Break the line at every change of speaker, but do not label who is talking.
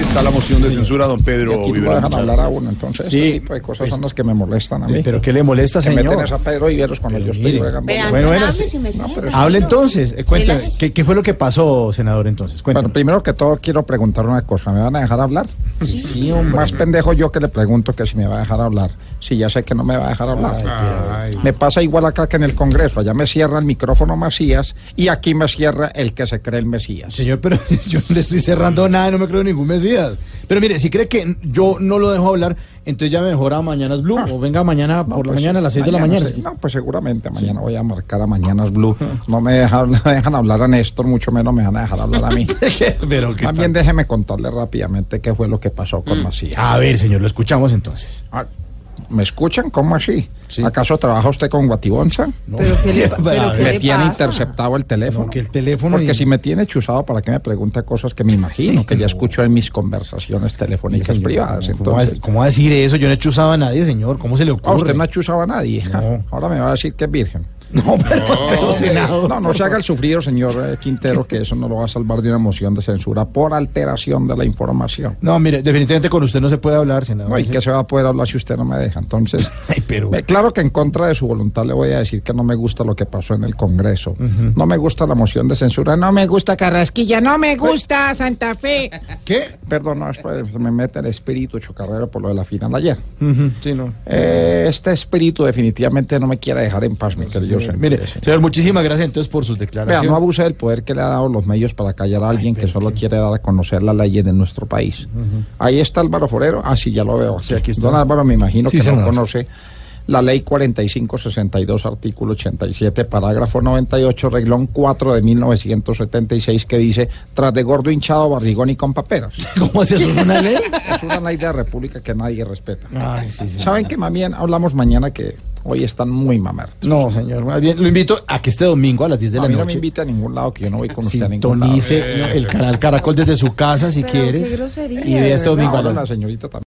está la moción de censura, don Pedro
Aquí no
Viveros,
dejan
muchas
hablar a
gracias.
uno, entonces
Sí, Pues
este tipo de cosas son las que me molestan a mí.
¿Pero qué le molesta,
que meten
señor?
es a Pedro Viveros cuando
Pero
yo
mire.
estoy bregando.
Pero
Bueno,
bueno,
bueno,
hable si me
no,
sigue,
pero
tranquilo.
Hable entonces, eh, cuénteme,
Relájese.
¿qué, qué fue lo que pasó, senador, entonces?
Bueno,
Cuénteme.
primero que todo quiero preguntar una cosa. ¿Me van a dejar hablar?
Sí.
Más pendejo yo que le pregunto que si me va a dejar hablar. Si ya sé que no me va a dejar hablar. Me pasa igual acá que en el Congreso. Allá me cierra el micrófono Macías y aquí me cierra el que se cree el Mesías.
Señor, pero yo no le estoy cerrando nada, no me creo ningún Mesías. Pero mire, si cree que yo no lo dejo hablar, entonces ya mejor a Mañanas Blue
Ah.
o venga mañana
No,
por la
pues,
mañana a las 6 de la mañana.
sí. No, pues seguramente mañana voy a marcar a Mañanas Blue. No me dejan, no dejan hablar a Néstor, mucho menos me van a dejar hablar a mí.
pero qué
También
tal. Mm.
déjeme contarle rápidamente qué fue lo que pasó con Macías.
A ver, señor, lo escuchamos entonces.
Ah, ¿Me escuchan? ¿Cómo así?
Sí.
¿Acaso trabaja usted con Guatibonza?
No.
Pero qué le pa-
Para
pero qué
ver.
Me
le
tiene
pasa?
interceptado el teléfono.
No, que el teléfono
Porque
y-
si me tiene chuzado, ¿para qué me pregunta cosas que me imagino que ya escucho en mis conversaciones
Mire,
telefónicas
señor,
privadas?
¿cómo, va a-
Entonces,
cómo va a decir eso? Yo no he chuzado a nadie, señor. ¿Cómo se le
Ah,
ocurre?
usted no ha chuzado a nadie.
No.
Ahora me va a decir que es virgen.
No, pero, pero, senador.
No, no se haga el sufrido, señor eh, Quintero, que eso no lo va a salvar de una moción de censura por alteración de la información.
No, mire, definitivamente con usted no se puede hablar, senador.
No, ¿Y qué se va a poder hablar si usted no me deja? Entonces,
Ay, pero...
eh, claro que en contra de su voluntad le voy a decir que no me gusta lo que pasó en el Congreso. No me gusta la moción de censura, no me gusta Carrasquilla, no me
Pues
gusta Santa Fe.
¿Qué?
Perdón, no, es pues, me mete el espíritu chocarrero por lo de la final ayer.
Ujú, Sí, no.
Eh, este espíritu definitivamente no me quiere dejar en paz, mi querido señor.
Pues Mire, señor, muchísimas gracias entonces por sus
Vea,
declaraciones.
no abuse del poder que le ha dado los medios para callar a alguien que solo quiere dar a conocer las leyes de nuestro país. Ahí está Álvaro Forero. Ah, sí, ya lo veo.
Sí, aquí está.
Don Álvaro, me imagino
Sí,
que no
señor.
conoce la ley 4562, artículo 87, parágrafo 98, reglón 4 de 1976, que dice, tras de gordo hinchado, barrigón y con paperas.
¿Cómo se asume una ley?
es una ley de la República que nadie respeta.
Ay, sí, sí.
¿Saben que más bien hablamos mañana que hoy están muy mamertos?
No, señor, más bien lo invito a que este domingo a las 10 de
A
la
mí no me
noche
invita a ningún lado, que yo no voy con usted a ningún lado.
Eh,
Eh.
sintonice el canal Caracol desde su casa si
Pero
quiere.
qué grosería,
y vea este
de verdad.
domingo a
Ahora
las
la señorita también.